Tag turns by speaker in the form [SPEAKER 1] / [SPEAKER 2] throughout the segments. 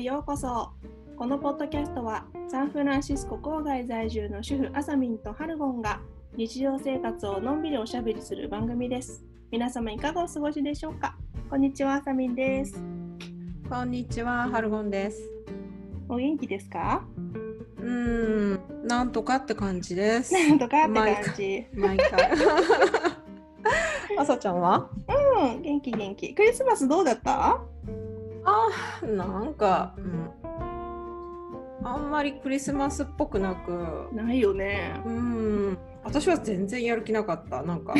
[SPEAKER 1] ようこそこのポッドキャストはサンフランシスコ郊外在住の主婦あさみんとハルゴンが日常生活をのんびりおしゃべりする番組です皆様いかがお過ごしでしょうかこんにちはあさみんです
[SPEAKER 2] こんにちは、ハルゴンです。
[SPEAKER 1] お元気です か
[SPEAKER 2] うーん、なんとかって感じです。
[SPEAKER 1] なんとかって感じ
[SPEAKER 2] 毎回。朝ちゃんは？
[SPEAKER 1] うん元気元気クリスマスどうだった
[SPEAKER 2] あ、なんか、うん、あんまりクリスマスっぽくなく、
[SPEAKER 1] ないよね
[SPEAKER 2] うーん、私は全然やる気なかった。なんか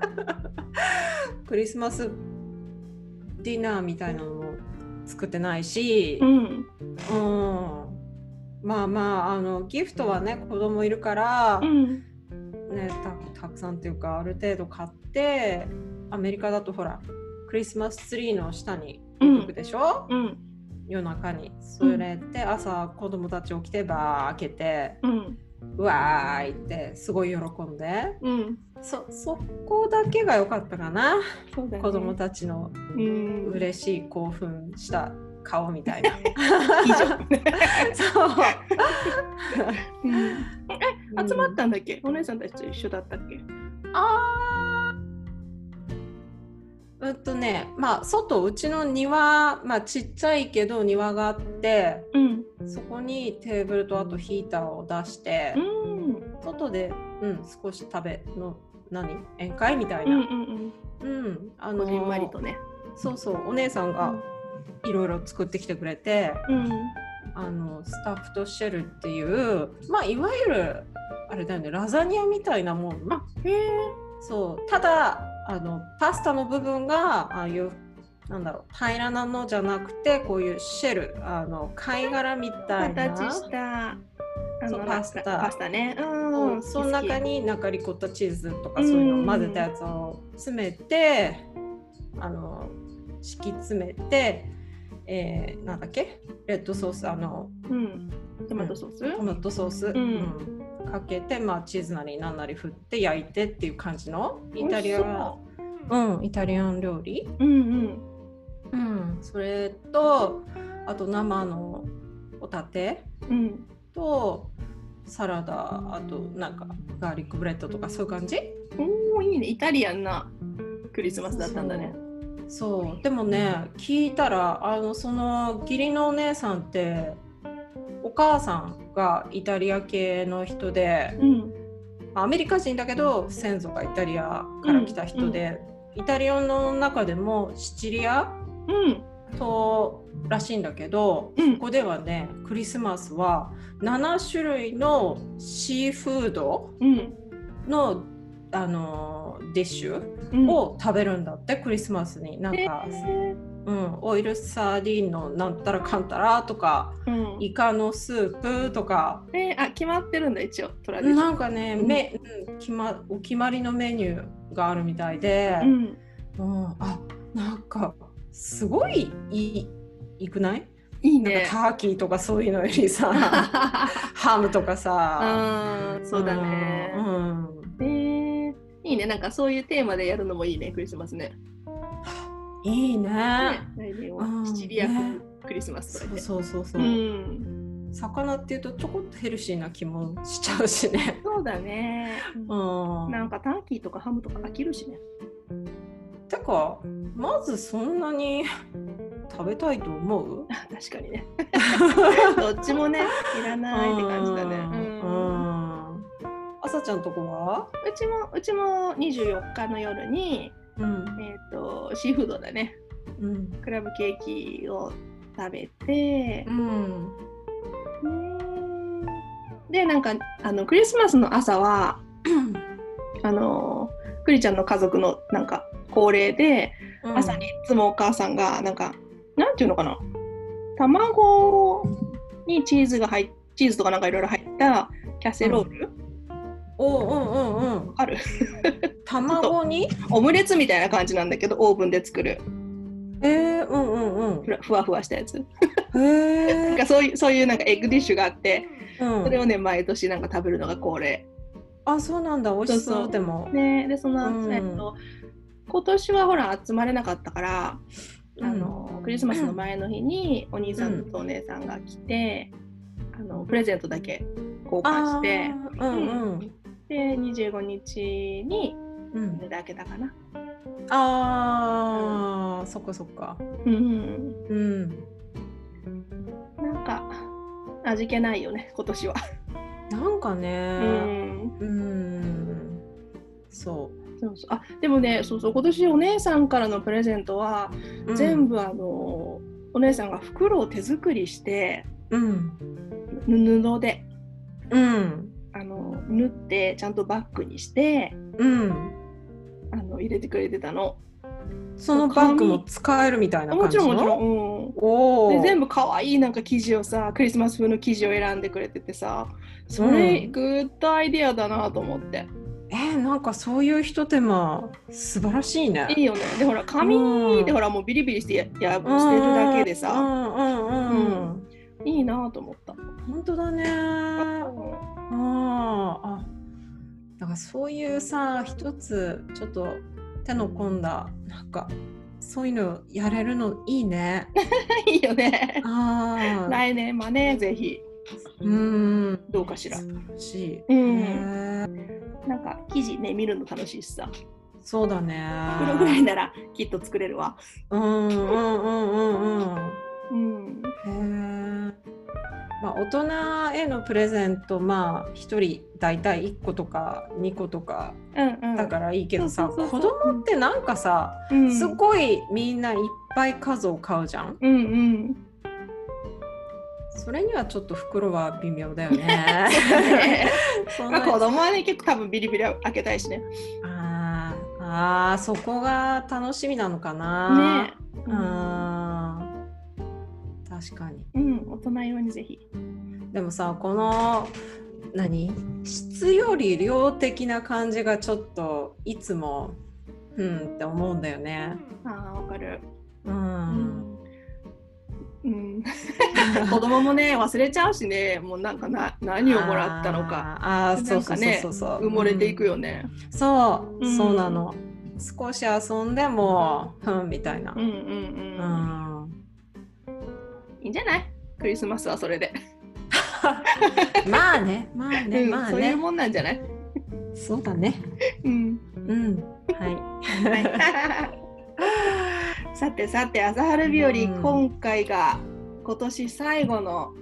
[SPEAKER 2] クリスマスディナーみたいなのも作ってないし、
[SPEAKER 1] うん
[SPEAKER 2] うんまあまああのギフトはね子供いるから
[SPEAKER 1] う、ん
[SPEAKER 2] ね、たたくさんっていうかある程度買ってアメリカだとほらクリスマスツリーの下に
[SPEAKER 1] うん
[SPEAKER 2] 置くでしょ、
[SPEAKER 1] うん
[SPEAKER 2] 夜中にそれで朝子供たち起きてば開けて
[SPEAKER 1] うん
[SPEAKER 2] うわーいってすごい喜んで
[SPEAKER 1] うん
[SPEAKER 2] そそこだけが良かったかな
[SPEAKER 1] そうだね
[SPEAKER 2] 子供たちの
[SPEAKER 1] うん
[SPEAKER 2] 嬉しい興奮した顔みた いな
[SPEAKER 1] 以 上
[SPEAKER 2] そう
[SPEAKER 1] うん
[SPEAKER 2] う ん
[SPEAKER 1] 集まったんだっけ、お姉さんたちと一緒だったっけ
[SPEAKER 2] あーうんとねまあ外うちの庭まあちっちゃいけど庭があって
[SPEAKER 1] うん
[SPEAKER 2] そこにテーブルとあとヒーターを出して
[SPEAKER 1] うん
[SPEAKER 2] 外で、うん、少し食べの何宴会みたい
[SPEAKER 1] うんう
[SPEAKER 2] な、
[SPEAKER 1] ん
[SPEAKER 2] うんあ
[SPEAKER 1] うん
[SPEAKER 2] の
[SPEAKER 1] こ
[SPEAKER 2] ー
[SPEAKER 1] じんまりとね
[SPEAKER 2] そうそうお姉さんがいろいろ作ってきてくれて
[SPEAKER 1] うん
[SPEAKER 2] あのスタッフとシェルっていうまあいわゆるあれだよねラザニアみたいなもん
[SPEAKER 1] あへえ
[SPEAKER 2] そうただあのパスタの部分がああいうなんだろう平らなのじゃなくてこういうシェルあの貝殻みたいな
[SPEAKER 1] 形したあ
[SPEAKER 2] そう
[SPEAKER 1] なんか
[SPEAKER 2] パスタ
[SPEAKER 1] パスタねう
[SPEAKER 2] うんんその中に中リコッタチーズとか
[SPEAKER 1] うん
[SPEAKER 2] そういうのを混ぜたやつを詰めてあの敷き詰めて、えー、なんだっけレッドソースあの
[SPEAKER 1] うんトマトソース、
[SPEAKER 2] トマトソース、
[SPEAKER 1] ん
[SPEAKER 2] うんかけて、まあ、チーズなりなんなり振って焼いてっていう感じのイタリ
[SPEAKER 1] 美味し
[SPEAKER 2] ア
[SPEAKER 1] そ
[SPEAKER 2] うんイタリアン料理
[SPEAKER 1] ううん
[SPEAKER 2] うん、それとあと生のホタテ
[SPEAKER 1] うんうん
[SPEAKER 2] とサラダあとなんかガーリックブレッドとかそういう感じ
[SPEAKER 1] おおいいねイタリアンなクリスマスだったんだね
[SPEAKER 2] そうそうでもね聞いたらあのその義理のお姉さんってお母さんがイタリア系の人で
[SPEAKER 1] うん
[SPEAKER 2] アメリカ人だけど先祖がイタリアから来た人で、イタリアの中でもシチリア
[SPEAKER 1] うん
[SPEAKER 2] 島らしいんだけど
[SPEAKER 1] うん
[SPEAKER 2] ここではねクリスマスは7種類のシーフード
[SPEAKER 1] うん
[SPEAKER 2] のあのーディッシュ
[SPEAKER 1] うん
[SPEAKER 2] を食べるんだって、クリスマスになん
[SPEAKER 1] へ
[SPEAKER 2] か、うん、オイルサーディンのなんたらかんたらとか
[SPEAKER 1] うん
[SPEAKER 2] イカのスープとか
[SPEAKER 1] えーあ決まってるんだ一応トラディショ
[SPEAKER 2] なんかね、めうん決ま、お決まりのメニューがあるみたいで、
[SPEAKER 1] ンうん
[SPEAKER 2] うんあなんかすごいいいいくない
[SPEAKER 1] いい
[SPEAKER 2] なん
[SPEAKER 1] ね
[SPEAKER 2] かターキーとかそういうのより さハムとかさ、
[SPEAKER 1] うんそうだね
[SPEAKER 2] うん
[SPEAKER 1] えーいいね、なんかそういうテーマでやるのもいいね、クリスマスね。
[SPEAKER 2] いい
[SPEAKER 1] ね
[SPEAKER 2] ね。
[SPEAKER 1] 来年
[SPEAKER 2] う
[SPEAKER 1] は
[SPEAKER 2] ん
[SPEAKER 1] シチリア風
[SPEAKER 2] ね
[SPEAKER 1] クリスマスと
[SPEAKER 2] そ
[SPEAKER 1] か
[SPEAKER 2] う
[SPEAKER 1] で。
[SPEAKER 2] そうそうそうう、
[SPEAKER 1] ん、
[SPEAKER 2] 魚っていうとちょこっとヘルシーな気もしちゃうしね。
[SPEAKER 1] そうだね。
[SPEAKER 2] うん、
[SPEAKER 1] なんかターキーとかハムとか飽きるしね。
[SPEAKER 2] てかまずそんなに 食べたいと思う
[SPEAKER 1] あ確かに ね。どっちもね、いらないって感じだね。
[SPEAKER 2] う
[SPEAKER 1] うん
[SPEAKER 2] んうん朝ちゃんとこは、
[SPEAKER 1] うちも、うちも24日の夜に、
[SPEAKER 2] うん
[SPEAKER 1] えっ、と、シーフードだね。
[SPEAKER 2] うん
[SPEAKER 1] クラブケーキを食べて、
[SPEAKER 2] うん
[SPEAKER 1] うんで、なんか、あの、クリスマスの朝は、 あのークリちゃんの家族のなんか恒例で、朝にいつもお母さんがなんかなんていうのかな卵にチーズが入っチーズとかなんかいろいろ入ったキャセロール、
[SPEAKER 2] おうんうんうんうん
[SPEAKER 1] ある
[SPEAKER 2] 卵に
[SPEAKER 1] オムレツみたいな感じなんだけどオーブンで作る
[SPEAKER 2] えー、うんうん
[SPEAKER 1] ふらふわふわしたやつ
[SPEAKER 2] うん
[SPEAKER 1] なん
[SPEAKER 2] へ
[SPEAKER 1] か
[SPEAKER 2] え
[SPEAKER 1] そういうそういうなんかエッグディッシュがあって
[SPEAKER 2] ー、
[SPEAKER 1] そ
[SPEAKER 2] うん
[SPEAKER 1] れをね毎年なんか食べるのが恒例
[SPEAKER 2] あそうなんだ美味しそう
[SPEAKER 1] そうそう
[SPEAKER 2] でも、
[SPEAKER 1] ねでその、
[SPEAKER 2] うん
[SPEAKER 1] えっと今年はほら集まれなかったからあの、
[SPEAKER 2] うん
[SPEAKER 1] ククリスマスの前の日にお兄さんとお姉さんが来て、あのプレゼントだけ交換して
[SPEAKER 2] あーうんうん
[SPEAKER 1] で25日に
[SPEAKER 2] うん、
[SPEAKER 1] だけだかな。
[SPEAKER 2] あー、そっかそっか。
[SPEAKER 1] うん、
[SPEAKER 2] うん。
[SPEAKER 1] なんか味気ないよね今年は。
[SPEAKER 2] なんか
[SPEAKER 1] う
[SPEAKER 2] ね、
[SPEAKER 1] ん、
[SPEAKER 2] うん、そ
[SPEAKER 1] そうそうあでもねそうそう今年お姉さんからのプレゼントは
[SPEAKER 2] う。
[SPEAKER 1] 全
[SPEAKER 2] 部。
[SPEAKER 1] 部あの、お姉さんが袋を手作りして
[SPEAKER 2] うん。
[SPEAKER 1] 布で
[SPEAKER 2] うん。
[SPEAKER 1] あの縫ってちゃんとバッグにして
[SPEAKER 2] うん。
[SPEAKER 1] あの入れてくれてたの。
[SPEAKER 2] そのバッグも使えるみたい
[SPEAKER 1] あ
[SPEAKER 2] な
[SPEAKER 1] も
[SPEAKER 2] 感
[SPEAKER 1] ち
[SPEAKER 2] じ
[SPEAKER 1] ろ
[SPEAKER 2] の。
[SPEAKER 1] んもちろん。うん
[SPEAKER 2] おお。
[SPEAKER 1] で全部可愛いなんか生地をさクリスマス風の生地を選んでくれててさそれ、
[SPEAKER 2] うん
[SPEAKER 1] グッドアイデアだなと思って
[SPEAKER 2] えー、なんかそういう一手間素晴らしいね。
[SPEAKER 1] いいよねでほら紙で
[SPEAKER 2] うん
[SPEAKER 1] ほらもうビリビリしてやや捨
[SPEAKER 2] うん
[SPEAKER 1] てるだけで
[SPEAKER 2] う
[SPEAKER 1] さ
[SPEAKER 2] んうんうんうん。
[SPEAKER 1] いいなと思った、
[SPEAKER 2] 本当だね。あ
[SPEAKER 1] う
[SPEAKER 2] ーあ。だからそういうさ一つちょっと手の込んだなんかそういうのやれるのいい ね。
[SPEAKER 1] ん、いいよね
[SPEAKER 2] ああ。
[SPEAKER 1] 来年はねぜひ
[SPEAKER 2] うん。
[SPEAKER 1] どうかしら
[SPEAKER 2] 素晴らしい。
[SPEAKER 1] うん
[SPEAKER 2] へー
[SPEAKER 1] なんか記事ね見るの楽しいしさ
[SPEAKER 2] そうだ
[SPEAKER 1] これぐらい
[SPEAKER 2] ね。
[SPEAKER 1] ならきっと作れるわ
[SPEAKER 2] うんうんうんうんうん。
[SPEAKER 1] うん
[SPEAKER 2] へーまあ、大人へのプレゼントまあ1人大体1個とか2個とか
[SPEAKER 1] うんうん
[SPEAKER 2] だからいいけどさ、
[SPEAKER 1] そうそうそ
[SPEAKER 2] 子
[SPEAKER 1] うそう
[SPEAKER 2] 供ってなんかさ、
[SPEAKER 1] うん
[SPEAKER 2] すごいみんないっぱい数を買うじゃん
[SPEAKER 1] うん うん
[SPEAKER 2] それにはちょっと袋は微妙だよね そん
[SPEAKER 1] ま
[SPEAKER 2] な
[SPEAKER 1] あ子供はね結構多分ビリビリ開けたいしね
[SPEAKER 2] あーあーそこが楽しみなのかな
[SPEAKER 1] ねえ
[SPEAKER 2] あー確かに
[SPEAKER 1] うん、大人用にぜひ。
[SPEAKER 2] でもさこの何質より量的な感じがちょっといつもうんって思うんだよね。
[SPEAKER 1] ああ、わかる。
[SPEAKER 2] う。。
[SPEAKER 1] うんうん、子供もね、忘れちゃうしね、もうなんかな、何をもらったのか。
[SPEAKER 2] あーあー
[SPEAKER 1] な
[SPEAKER 2] そうんそ
[SPEAKER 1] か
[SPEAKER 2] うそう
[SPEAKER 1] ね
[SPEAKER 2] そうそう。
[SPEAKER 1] 埋もれていくよね。
[SPEAKER 2] うん。そう、
[SPEAKER 1] うん
[SPEAKER 2] そうなの。少し遊んでもうんみたいな。
[SPEAKER 1] うん、うん、
[SPEAKER 2] う
[SPEAKER 1] うん、
[SPEAKER 2] ん。
[SPEAKER 1] いいんじゃない。クリスマスはそれで。
[SPEAKER 2] まあね、まあね、
[SPEAKER 1] うん
[SPEAKER 2] まあ
[SPEAKER 1] そういう
[SPEAKER 2] ね。
[SPEAKER 1] もんなんじゃない。
[SPEAKER 2] そうだね。
[SPEAKER 1] うん。
[SPEAKER 2] うん。は
[SPEAKER 1] はい。さてさて、朝春日和、
[SPEAKER 2] うん
[SPEAKER 1] 今回が今年最後の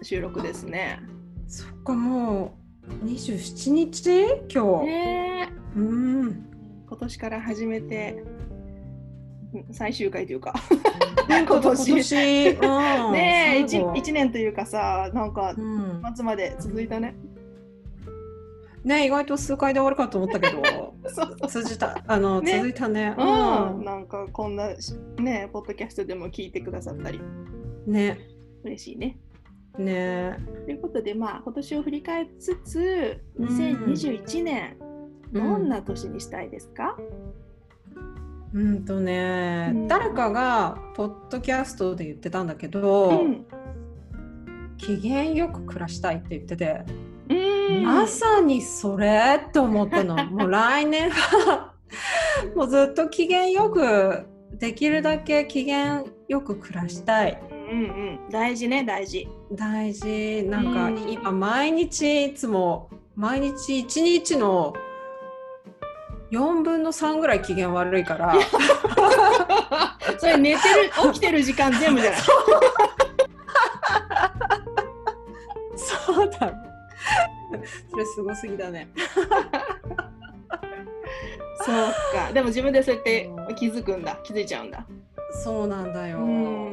[SPEAKER 1] 収録ですね。
[SPEAKER 2] い。そっかもう二十七日今日。
[SPEAKER 1] ねえ
[SPEAKER 2] うん。
[SPEAKER 1] 今年から始めて。うん最終回と いうか。
[SPEAKER 2] 今
[SPEAKER 1] 今年
[SPEAKER 2] 年、うん、
[SPEAKER 1] ねえ
[SPEAKER 2] 最後
[SPEAKER 1] 1, 年というかさなんか
[SPEAKER 2] うん、
[SPEAKER 1] 末まで続いたね。
[SPEAKER 2] ねえ意外と数回で終わるかと思ったけ ど
[SPEAKER 1] そう
[SPEAKER 2] 通じたあの、
[SPEAKER 1] ね
[SPEAKER 2] 続いたね、
[SPEAKER 1] うん、なんかこんなしねポッドキャストでも聞いてくださったり
[SPEAKER 2] うん、ね
[SPEAKER 1] 嬉しいね。
[SPEAKER 2] ね
[SPEAKER 1] ということでまあ今年を振り返りつつ
[SPEAKER 2] うん
[SPEAKER 1] 2021年、
[SPEAKER 2] う
[SPEAKER 1] どんな年にしたいですか、
[SPEAKER 2] うんとね、
[SPEAKER 1] うん
[SPEAKER 2] 誰かがポッドキャストで言ってたんだけ
[SPEAKER 1] う
[SPEAKER 2] ど、
[SPEAKER 1] ん
[SPEAKER 2] 機嫌よく暮らしたいって言ってて、
[SPEAKER 1] うん
[SPEAKER 2] まさにそれと思っ たのもう来年は もうずっと機嫌よくできるだけ機嫌よく暮らしたい
[SPEAKER 1] うんうん、大事ね大事。
[SPEAKER 2] 大事なんか
[SPEAKER 1] うん
[SPEAKER 2] 今毎日いつも毎日1日の4分の3ぐらい機嫌悪いから
[SPEAKER 1] それ寝てる起きてる時間全部 じゃない。
[SPEAKER 2] そうだそれすごすぎだね
[SPEAKER 1] そうかでも自分でそうやって気づくんだ気づいちゃうんだ。
[SPEAKER 2] そうなんだよう
[SPEAKER 1] うん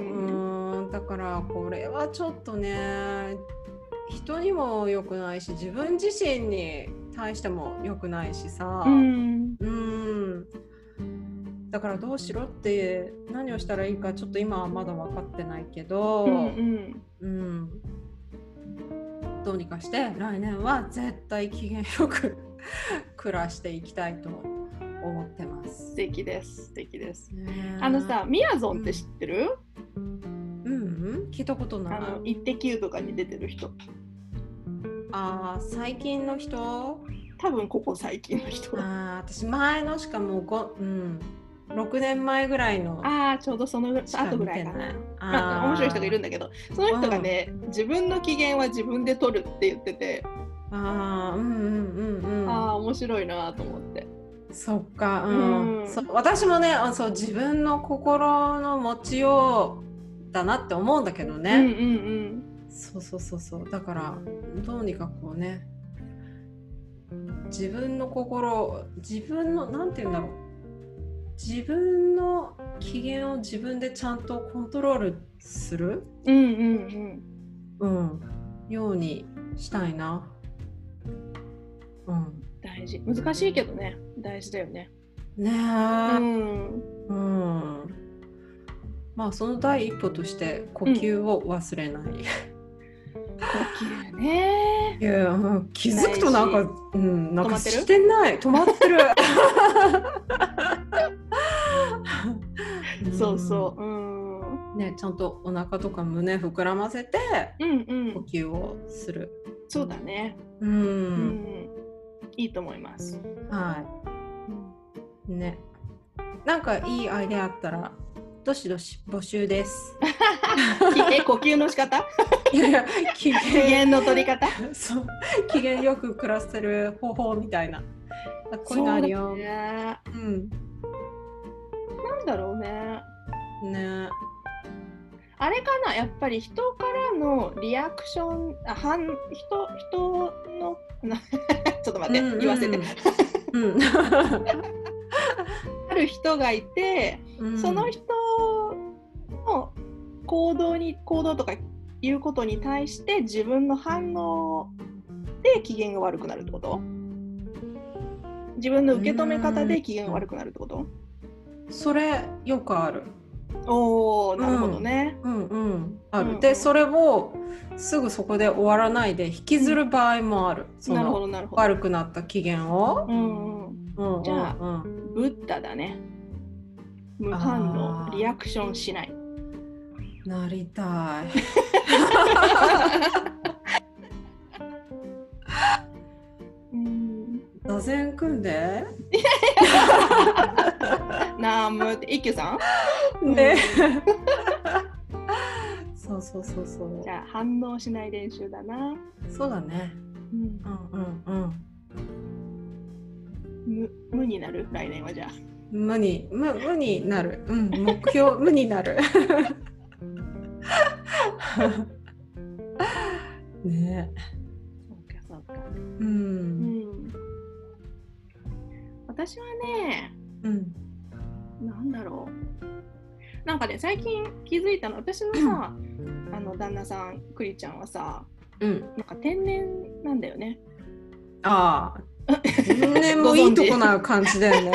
[SPEAKER 2] ーんだからこれはちょっとね人にも良くないし自分自身に対しても良くないしさ、
[SPEAKER 1] うん
[SPEAKER 2] うんだからどうしろって何をしたらいいかちょっと今はまだ分かってないけど、
[SPEAKER 1] う
[SPEAKER 2] うん
[SPEAKER 1] うんん
[SPEAKER 2] どうにかして来年は絶対機嫌よく 暮らしていきたいと思ってます
[SPEAKER 1] 素。敵です素敵です。
[SPEAKER 2] ね
[SPEAKER 1] あのさ、みやぞんって知ってる、
[SPEAKER 2] うんうん、聞いたことない
[SPEAKER 1] あの「イッテ Q!」とかに出てる人
[SPEAKER 2] あー最近の人
[SPEAKER 1] 多分ここ最近の人
[SPEAKER 2] あー私前のしかもうご、うん、 6年前ぐらいの
[SPEAKER 1] ああちょうどそのぐあとぐらいかなまあ、面白い人がいるんだけどその人がね自分の機嫌は自分で取るって言ってて
[SPEAKER 2] ああうんうんうんうん
[SPEAKER 1] ああ面白いなと思って
[SPEAKER 2] そっか、うん
[SPEAKER 1] うん
[SPEAKER 2] そう私もねあそう自分の心の持ちようだなって思うんだけど
[SPEAKER 1] うんうん
[SPEAKER 2] ね、
[SPEAKER 1] うん
[SPEAKER 2] そうそうそうそうだからどうにかこうね自分の心を自分のなんて言うんだろう自分の機嫌を自分でちゃんとコントロールする、
[SPEAKER 1] うんうん
[SPEAKER 2] うん、ようにしたいな。うん、
[SPEAKER 1] 大事難しいけどね大事だよね
[SPEAKER 2] ね
[SPEAKER 1] う
[SPEAKER 2] え。
[SPEAKER 1] ん
[SPEAKER 2] うんまあその第一歩として呼吸を忘れない、
[SPEAKER 1] 呼吸ね
[SPEAKER 2] いやうん気づくとなんか
[SPEAKER 1] ないし
[SPEAKER 2] うんなん
[SPEAKER 1] 止ま
[SPEAKER 2] か
[SPEAKER 1] ってる
[SPEAKER 2] してない止まってる
[SPEAKER 1] そうそううんうん
[SPEAKER 2] うんねちゃんとお腹とか胸膨らませて
[SPEAKER 1] う
[SPEAKER 2] 呼
[SPEAKER 1] ん
[SPEAKER 2] 吸をする
[SPEAKER 1] そうだね
[SPEAKER 2] う、
[SPEAKER 1] うんんいいと思います
[SPEAKER 2] は
[SPEAKER 1] うん
[SPEAKER 2] いねなんかいいアイデアあったらどしどし募集です
[SPEAKER 1] え呼吸の仕方
[SPEAKER 2] いやいや 機
[SPEAKER 1] 機嫌の取り方
[SPEAKER 2] そう機嫌よく暮らせる方法みたいな。あこういうのあるよ。
[SPEAKER 1] そうだね
[SPEAKER 2] うん。
[SPEAKER 1] なんだろうね
[SPEAKER 2] ね。
[SPEAKER 1] あれかなやっぱり人からのリアクションあ反人人の なちょっと待って、言わせて、
[SPEAKER 2] うん。
[SPEAKER 1] ある人がいて、
[SPEAKER 2] うん。
[SPEAKER 1] その人の行動に行動とかいうことに対して自分の反応で機嫌が悪くなるってこと自分の受け止め方で機嫌が悪くなるってこと
[SPEAKER 2] それよくある。
[SPEAKER 1] おおなるほどね。
[SPEAKER 2] うんうん。ある。
[SPEAKER 1] うんうん
[SPEAKER 2] でそれをすぐそこで終わらないで引きずる場合もある。そ
[SPEAKER 1] なるほ
[SPEAKER 2] の
[SPEAKER 1] どなるほど。
[SPEAKER 2] 悪くなった機嫌を。
[SPEAKER 1] うんうん、
[SPEAKER 2] うんうん
[SPEAKER 1] じゃ
[SPEAKER 2] うん。
[SPEAKER 1] ブッダだね。無反応リアクションしない。
[SPEAKER 2] なりたい。
[SPEAKER 1] うん
[SPEAKER 2] 座禅組んで。
[SPEAKER 1] ナームって一休さん
[SPEAKER 2] ね。 そうそうそうそう
[SPEAKER 1] じ。ゃあ反応しない練習だな。
[SPEAKER 2] そうだね。
[SPEAKER 1] うん
[SPEAKER 2] うんうんうん。
[SPEAKER 1] 無無になる来年はじゃあ。
[SPEAKER 2] 無に無無になる、うん、目 標無になるね
[SPEAKER 1] そうかそうか。
[SPEAKER 2] え
[SPEAKER 1] う
[SPEAKER 2] う
[SPEAKER 1] んん。私はね、
[SPEAKER 2] うん
[SPEAKER 1] なんだろう。なんかね、最近気づいたの、私のさ、あの旦那さん、クリちゃんはさ、
[SPEAKER 2] うん
[SPEAKER 1] なんか天然なんだよね。
[SPEAKER 2] あ あねもういいとこな感じだよね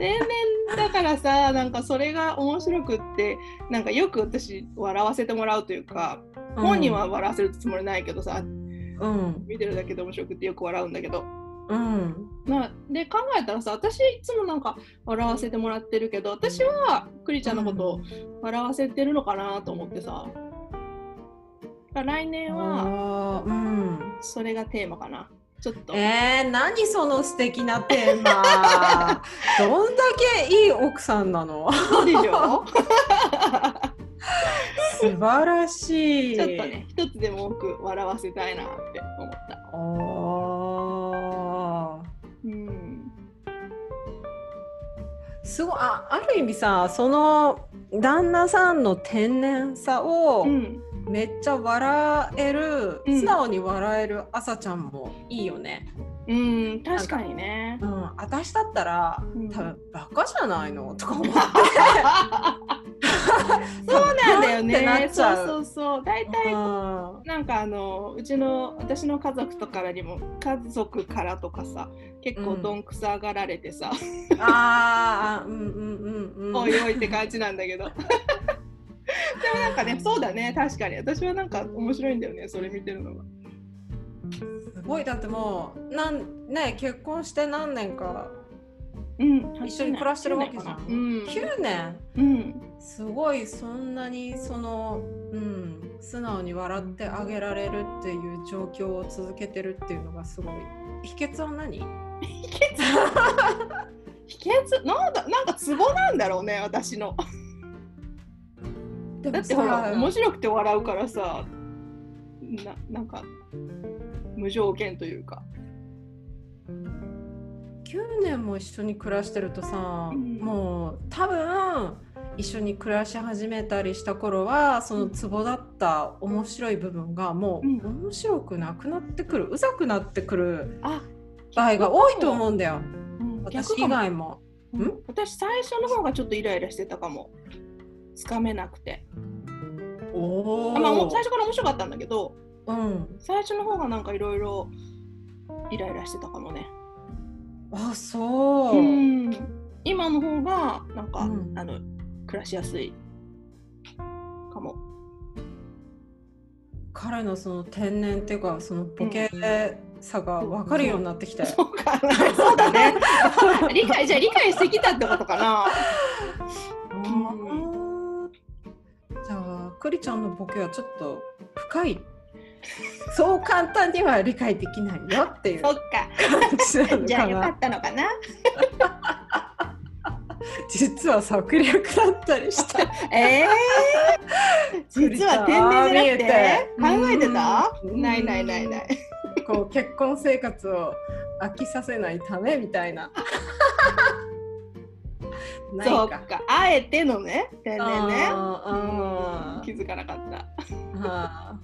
[SPEAKER 1] 天然だからさなんかそれが面白くってなんかよく私笑わせてもらうというか本人は笑わせるつもりないけどさ
[SPEAKER 2] うん
[SPEAKER 1] 見てるだけで面白くってよく笑うんだけど
[SPEAKER 2] うん
[SPEAKER 1] なで考えたらさ私いつもなんか笑わせてもらってるけど私はクリちゃんのことを笑わせてるのかなと思ってさだから来年は
[SPEAKER 2] あーうん
[SPEAKER 1] それがテーマかなちょっと
[SPEAKER 2] えー、何その素敵なテーマ どんだけいい奥さんなの
[SPEAKER 1] そうでし ょ
[SPEAKER 2] 素晴らしい
[SPEAKER 1] ちょっとね一つでも多く笑わせたいなって思った。
[SPEAKER 2] ああ
[SPEAKER 1] うん
[SPEAKER 2] すごいあある意味さその旦那さんの天然さを
[SPEAKER 1] うん
[SPEAKER 2] めっちゃ笑える、
[SPEAKER 1] うん
[SPEAKER 2] 素直に笑える朝ちゃんもいいよね、
[SPEAKER 1] うん、確かにね
[SPEAKER 2] う。ん、私だったら
[SPEAKER 1] うん
[SPEAKER 2] 多分バカじゃないのとか思って
[SPEAKER 1] そうなんだよ
[SPEAKER 2] ってな
[SPEAKER 1] ね。
[SPEAKER 2] っち
[SPEAKER 1] そ
[SPEAKER 2] ゃ
[SPEAKER 1] う
[SPEAKER 2] う
[SPEAKER 1] そうそう。大体
[SPEAKER 2] う
[SPEAKER 1] なんかあのうちの私の家族とかにも家族からとかさ結構どんくさがられてさ、
[SPEAKER 2] ん、あーあうんうんうんうん
[SPEAKER 1] おいおいって感じなんだけ どでもなんかねそうだね確かに私はなんか面白いんだよねそれ見てるのが
[SPEAKER 2] すごいだってもうなんね結婚して何年か
[SPEAKER 1] うん
[SPEAKER 2] 一緒に暮らしてるわけじゃん
[SPEAKER 1] うん、
[SPEAKER 2] 9年
[SPEAKER 1] うん、
[SPEAKER 2] すごいそんなにその、うん、素直に笑ってあげられるっていう状況を続けてるっていうのがすごい秘訣は何
[SPEAKER 1] 秘 秘訣なんだなんかツボなんだろうね私の
[SPEAKER 2] で
[SPEAKER 1] だってほら面白くて笑うからさななんか無条件というか
[SPEAKER 2] 9年も一緒に暮らしてるとさ、
[SPEAKER 1] うん
[SPEAKER 2] もう多分一緒に暮らし始めたりした頃はそのツボだった面白い部分がもう
[SPEAKER 1] うん
[SPEAKER 2] 面白くなくなってくるうざくなってくる
[SPEAKER 1] あ
[SPEAKER 2] 場合が多いと思うんだよ
[SPEAKER 1] うん
[SPEAKER 2] 私
[SPEAKER 1] 逆か
[SPEAKER 2] 以
[SPEAKER 1] も
[SPEAKER 2] 外も。ん
[SPEAKER 1] 私最初の方がちょっとイライラしてたかもつかめなくて
[SPEAKER 2] お
[SPEAKER 1] あまあもう
[SPEAKER 2] お
[SPEAKER 1] 最、初から面白かったんだけど
[SPEAKER 2] うん、
[SPEAKER 1] 最初の方がなんかいろいろイライラしてたかもね
[SPEAKER 2] あそう、
[SPEAKER 1] うん今の方がなんか、
[SPEAKER 2] うん
[SPEAKER 1] あの暮らしやすいかも
[SPEAKER 2] 彼のその天然っていうかそのボケさが分かるようになってきたよ。
[SPEAKER 1] そうかなそうだね 理解じゃあ理解してきたってことかな
[SPEAKER 2] あーじゃあクリちゃんのボケはちょっと深いそう簡単には理解できないよっていう
[SPEAKER 1] そ
[SPEAKER 2] 感
[SPEAKER 1] っか
[SPEAKER 2] じなの
[SPEAKER 1] じゃあ
[SPEAKER 2] か
[SPEAKER 1] よか
[SPEAKER 2] な
[SPEAKER 1] ったのかな
[SPEAKER 2] 実は策略だったりして
[SPEAKER 1] ええ 実は天然じゃなくて
[SPEAKER 2] あー
[SPEAKER 1] 考
[SPEAKER 2] 見
[SPEAKER 1] え
[SPEAKER 2] えて
[SPEAKER 1] てた
[SPEAKER 2] うん
[SPEAKER 1] ないないないない
[SPEAKER 2] こう結婚生活を飽きさせないためみた いなない
[SPEAKER 1] そう
[SPEAKER 2] か
[SPEAKER 1] かあえてのね天然ね
[SPEAKER 2] あーあー
[SPEAKER 1] 気づかなかった
[SPEAKER 2] あ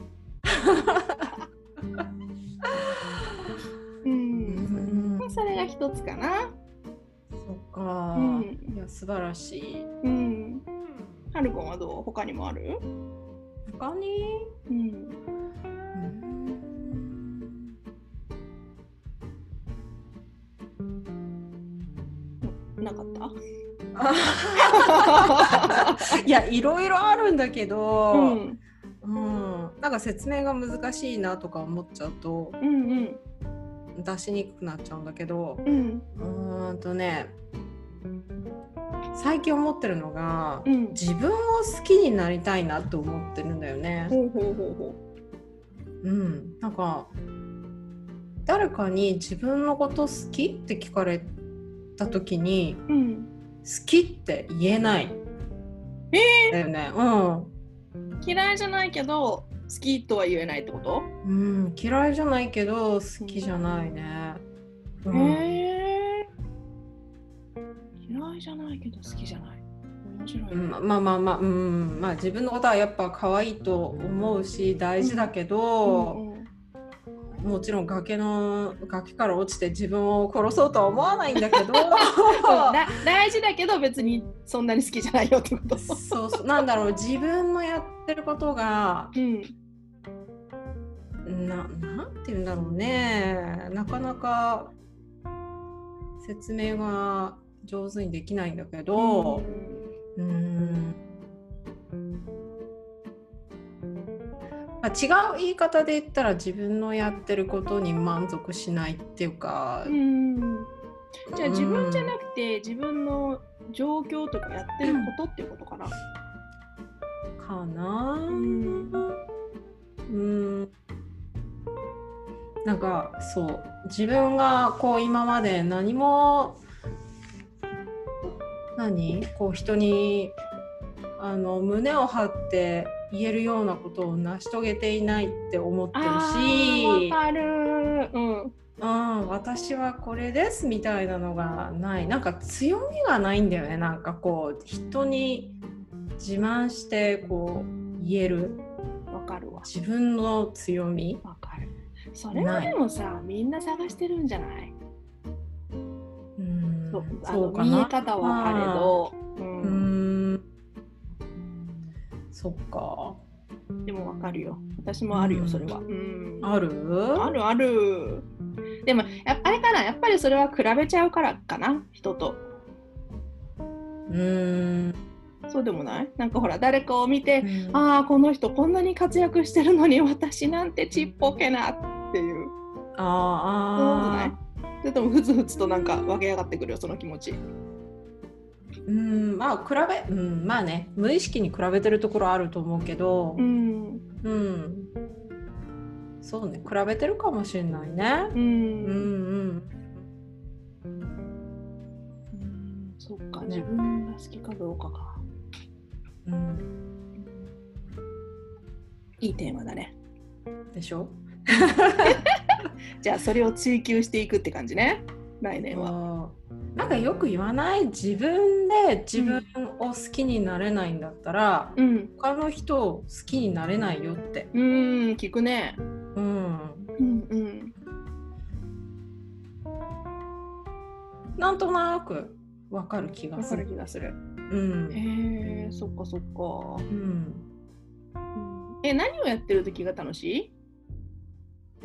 [SPEAKER 2] ー
[SPEAKER 1] う
[SPEAKER 2] うんん
[SPEAKER 1] それが一つかな
[SPEAKER 2] そっか、
[SPEAKER 1] うん
[SPEAKER 2] いや素晴らしい
[SPEAKER 1] うんハルコンはどう他にもある
[SPEAKER 2] 他に
[SPEAKER 1] うんなか った
[SPEAKER 2] いやいろいろあるんだけど、
[SPEAKER 1] う
[SPEAKER 2] うん
[SPEAKER 1] ん
[SPEAKER 2] なんか説明が難しいなとか思っちゃうと
[SPEAKER 1] うんうん
[SPEAKER 2] 出しにくくなっちゃうんだけど
[SPEAKER 1] うん
[SPEAKER 2] うーんとね最近思ってるのが、
[SPEAKER 1] うん
[SPEAKER 2] 自分を好きになりたいなと思ってるんだよね。
[SPEAKER 1] ほうほうほうほ
[SPEAKER 2] うん、なんか誰かに自分のこと好きって聞かれた時に
[SPEAKER 1] ううん
[SPEAKER 2] 好きって言えない。だよね。
[SPEAKER 1] 嫌いじゃないけど好きとは言えないってこと
[SPEAKER 2] うん。うん、嫌いじゃないけど好きじゃないね。う
[SPEAKER 1] へ
[SPEAKER 2] ん
[SPEAKER 1] え嫌いじゃないけど好きじゃない面白いね、
[SPEAKER 2] うんまあまあまあ、うん、まあ自分のことはやっぱ可愛いと思うし大事だけど、
[SPEAKER 1] うんうん
[SPEAKER 2] もちろん崖の崖から落ちて自分を殺そうとは思わないんだ けど
[SPEAKER 1] そうだ大事だけど別にそんなに好きじゃないよってこと
[SPEAKER 2] そうそうなんだろう自分のやってることが
[SPEAKER 1] うん
[SPEAKER 2] ななんて言うんだろうねなかなか説明が上手にできないんだけどうーんまあ違う言い方で言ったら自分のやってることに満足しないっていうか、
[SPEAKER 1] うんじゃあ自分じゃ
[SPEAKER 2] く
[SPEAKER 1] なくて自分の状況とかやってることっていうことかな
[SPEAKER 2] かなぁ
[SPEAKER 1] うん
[SPEAKER 2] うんなんかそう自分がこう今まで何も何こう人にあの胸を張って言えるようなことを成し遂げていないって思ってる
[SPEAKER 1] ー
[SPEAKER 2] し
[SPEAKER 1] わ、かるうん
[SPEAKER 2] うん、私はこれですみたいなのがないなんか強みがないんだよねなんかこう人に自慢してこう言える
[SPEAKER 1] わかるわ
[SPEAKER 2] 自分の強み
[SPEAKER 1] わかるそれはでもさみんな探してるんじゃない
[SPEAKER 2] うん
[SPEAKER 1] そうあ
[SPEAKER 2] そ
[SPEAKER 1] の
[SPEAKER 2] うか
[SPEAKER 1] 見え
[SPEAKER 2] な
[SPEAKER 1] 方はあれど、う
[SPEAKER 2] うんんそっか
[SPEAKER 1] でもわかるよ私もある
[SPEAKER 2] う
[SPEAKER 1] よ
[SPEAKER 2] ん
[SPEAKER 1] それは、うん、
[SPEAKER 2] ある
[SPEAKER 1] あるあるでもやあれかなやっぱりそれは比べちゃうからかな人と
[SPEAKER 2] うん
[SPEAKER 1] そうでもないなんかほら誰かを見て、ああこの人こんなに活躍してるのに私なんてちっぽけなっていう
[SPEAKER 2] あ
[SPEAKER 1] そんなことな
[SPEAKER 2] あ
[SPEAKER 1] いそれともふつふつとなんか湧き上がってくるよその気持ち
[SPEAKER 2] うんまあ比べ、うん、まあね無意識に比べてるところあると思うけど、
[SPEAKER 1] うん
[SPEAKER 2] うん。そうね、比べてるかもしれないね
[SPEAKER 1] う。
[SPEAKER 2] うん
[SPEAKER 1] ん
[SPEAKER 2] うん。
[SPEAKER 1] そっか、
[SPEAKER 2] ね
[SPEAKER 1] 自分が好きかどうかか。
[SPEAKER 2] うん、
[SPEAKER 1] いいテーマだね。
[SPEAKER 2] でしょ
[SPEAKER 1] じゃあそれを追求していくって感じね。来年は。
[SPEAKER 2] うんなんかよく言わない自分で自分を好きになれないんだったら、
[SPEAKER 1] うん。
[SPEAKER 2] 他の人を好きになれないよって。
[SPEAKER 1] うーん、聞くね。
[SPEAKER 2] うん、
[SPEAKER 1] うんうん。
[SPEAKER 2] なんとなくわかる気が
[SPEAKER 1] わか
[SPEAKER 2] す
[SPEAKER 1] る
[SPEAKER 2] る。
[SPEAKER 1] 気がする。
[SPEAKER 2] うん
[SPEAKER 1] へえー、そっかそっか。
[SPEAKER 2] うん、
[SPEAKER 1] うんえ、何をやってる時が楽し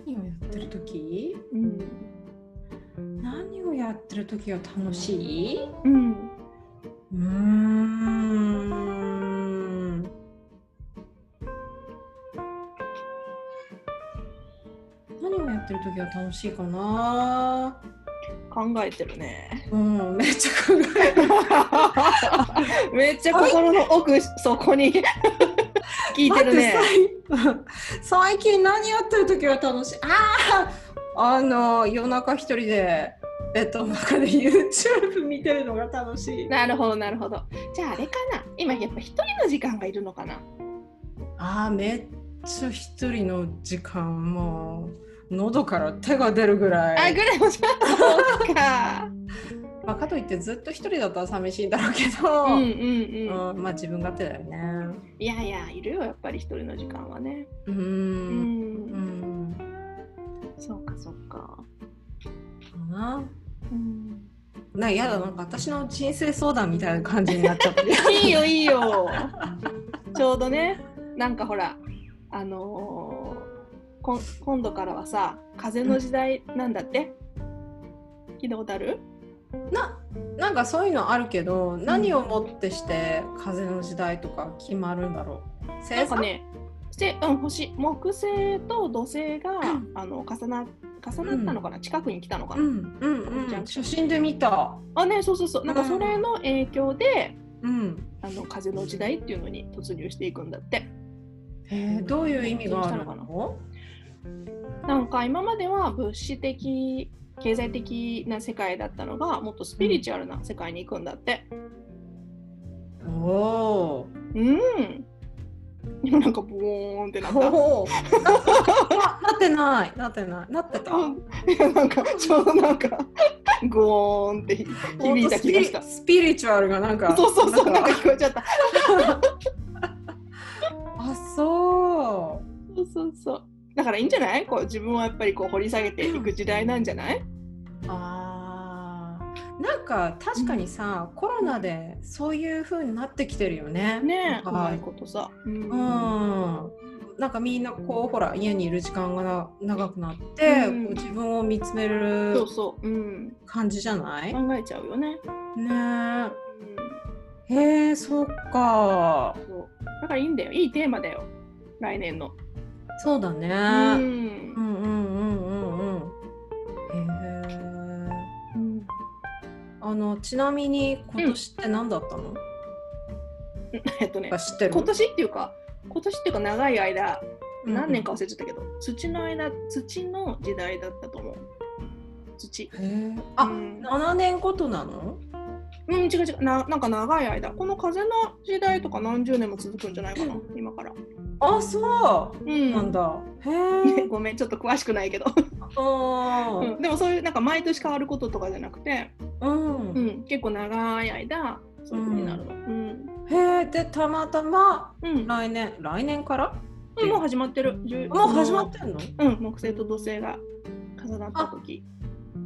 [SPEAKER 2] 何をやってる時
[SPEAKER 1] いうん。
[SPEAKER 2] 何をやってる時が楽しい
[SPEAKER 1] うん。
[SPEAKER 2] うーん何をやってる時が楽しいかな
[SPEAKER 1] 考えてるね。
[SPEAKER 2] うんめっちゃ考える
[SPEAKER 1] めっちゃ心の奥、そこに聞いてるね。
[SPEAKER 2] 待ってさい最近 何やってる時が楽しいあああの夜中一人でベッドの中で YouTube 見てるのが楽しい
[SPEAKER 1] なるほどなるほど。じゃああれかな。今やっぱ一人の時間がいるのかな。
[SPEAKER 2] あーめっちゃ一人の時間もう喉から手が出るぐらい
[SPEAKER 1] あぐらいもしまそう か。
[SPEAKER 2] まあ、かといってずっと一人だったら寂しいんだろうけど、
[SPEAKER 1] うんうんうん。
[SPEAKER 2] うんまあ自分勝手だよね。
[SPEAKER 1] いやいやいるよやっぱり一人の時間はね。
[SPEAKER 2] う、
[SPEAKER 1] うん。
[SPEAKER 2] うんん、
[SPEAKER 1] そうかそうか。
[SPEAKER 2] かな。
[SPEAKER 1] うん。
[SPEAKER 2] なやだなんか私の人生相談みたいな感じになっちゃって
[SPEAKER 1] いいよいい よ。ちょうどねなんかほらあのーこん今度からはさ風の時代なんだって。聞いたことある？
[SPEAKER 2] ななんかそういうのあるけど何をもってして風の時代とか決まるんだろう
[SPEAKER 1] な
[SPEAKER 2] 星
[SPEAKER 1] んか
[SPEAKER 2] 座、
[SPEAKER 1] ね、せうん、星木星と土星が、あの重な重なったのかな、近くに来たのか
[SPEAKER 2] う
[SPEAKER 1] な、
[SPEAKER 2] んうん
[SPEAKER 1] じ
[SPEAKER 2] う
[SPEAKER 1] ゃ
[SPEAKER 2] ん
[SPEAKER 1] ん
[SPEAKER 2] 写真で見た
[SPEAKER 1] あねそうそうそうなんかそれの影響で、
[SPEAKER 2] うん
[SPEAKER 1] あの風の時代っていうのに突入していくんだって
[SPEAKER 2] えー、どういう意味がある
[SPEAKER 1] どうしたの
[SPEAKER 2] の
[SPEAKER 1] なんか今までは物質的経済的な世界だったのがもっとスピリチュアルな世界に行くんだって
[SPEAKER 2] お
[SPEAKER 1] うん今なんかボーンってな
[SPEAKER 2] ー
[SPEAKER 1] った
[SPEAKER 2] おーあなってないなってないなってた
[SPEAKER 1] いやなんかちょうどなんかゴーンって響いた気がした
[SPEAKER 2] スピリスピリチュアルがなんか
[SPEAKER 1] そうそうそう
[SPEAKER 2] な
[SPEAKER 1] なん
[SPEAKER 2] ん
[SPEAKER 1] か
[SPEAKER 2] か
[SPEAKER 1] 聞こえちゃった
[SPEAKER 2] あそ
[SPEAKER 1] そうそうそう。だからいいんじゃないこう自分をやっぱりこう掘り下げていく時代なんじゃない、
[SPEAKER 2] うあーなんか確かにさ、コロナでそういう風になってきてるよね
[SPEAKER 1] ねえ、うま
[SPEAKER 2] はいい
[SPEAKER 1] ことさ。う
[SPEAKER 2] うんんなんかみんなこうほら家にいる時間がな長くなって、
[SPEAKER 1] うん
[SPEAKER 2] こう自分を見つめ
[SPEAKER 1] そ
[SPEAKER 2] る
[SPEAKER 1] うそう、うん、
[SPEAKER 2] 感じじゃない、
[SPEAKER 1] 考えちゃうよね。
[SPEAKER 2] ね
[SPEAKER 1] うん、
[SPEAKER 2] えへえそっか
[SPEAKER 1] そうだからいいんだよ、いいテーマだよ、来年の。
[SPEAKER 2] そうだね、
[SPEAKER 1] う、
[SPEAKER 2] うん、うんんうんうんうんへえ
[SPEAKER 1] うん、
[SPEAKER 2] あのちなみに今年って何だったの、
[SPEAKER 1] えっとね
[SPEAKER 2] あ、知ってる
[SPEAKER 1] 今年っていうか、今年っていうか長い間、
[SPEAKER 2] うん
[SPEAKER 1] 何年か忘れちゃったけど、土の間、土の時代だったと思う。土。
[SPEAKER 2] へえあ、
[SPEAKER 1] うん
[SPEAKER 2] 7年ごとなの
[SPEAKER 1] うん、違う違うな、なんか長い間、この風の時代とか何十年も続くんじゃないかな、今から。
[SPEAKER 2] あそう、
[SPEAKER 1] うん、
[SPEAKER 2] なんだへ
[SPEAKER 1] ね
[SPEAKER 2] え
[SPEAKER 1] ごめんちょっと詳しくないけど、
[SPEAKER 2] あ
[SPEAKER 1] うん、でもそういうなんか毎年変わることとかじゃなくて、
[SPEAKER 2] うん、う、
[SPEAKER 1] うんん、結構長い間そういうふうになるの、うん
[SPEAKER 2] へえでたまたま
[SPEAKER 1] うんうん
[SPEAKER 2] 来年来年から
[SPEAKER 1] もう始まってる10
[SPEAKER 2] もう始まってんの
[SPEAKER 1] うん木星と土星が重なった時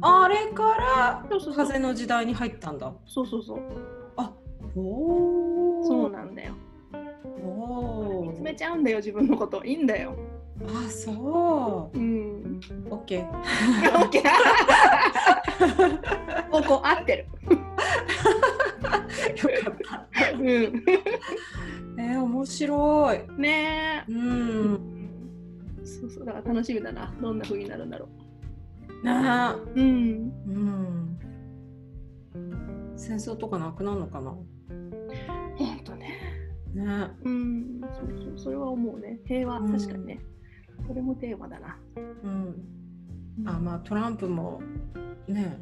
[SPEAKER 2] あれから
[SPEAKER 1] そうそうそう
[SPEAKER 2] 風の時代に入ったんだ
[SPEAKER 1] そうそうそう
[SPEAKER 2] あおお
[SPEAKER 1] そうなんだよ
[SPEAKER 2] お
[SPEAKER 1] 見つめ
[SPEAKER 2] ー
[SPEAKER 1] ちゃうんだよ自分のこといいんだよ
[SPEAKER 2] あそ
[SPEAKER 1] うん
[SPEAKER 2] うオッケー
[SPEAKER 1] OK ここ合ってる
[SPEAKER 2] よかった
[SPEAKER 1] うん
[SPEAKER 2] えー、面白い
[SPEAKER 1] ねえ
[SPEAKER 2] うん
[SPEAKER 1] そうそうだから楽しみだなどんな風になるんだろ
[SPEAKER 2] ね
[SPEAKER 1] ううん
[SPEAKER 2] えうん戦争とかなくなるのかな
[SPEAKER 1] ほんとね
[SPEAKER 2] ね
[SPEAKER 1] うん、そうそう、それは思うね。平和、
[SPEAKER 2] うん
[SPEAKER 1] 確かにね。それもテーマだな。
[SPEAKER 2] えうんあまあトランプもね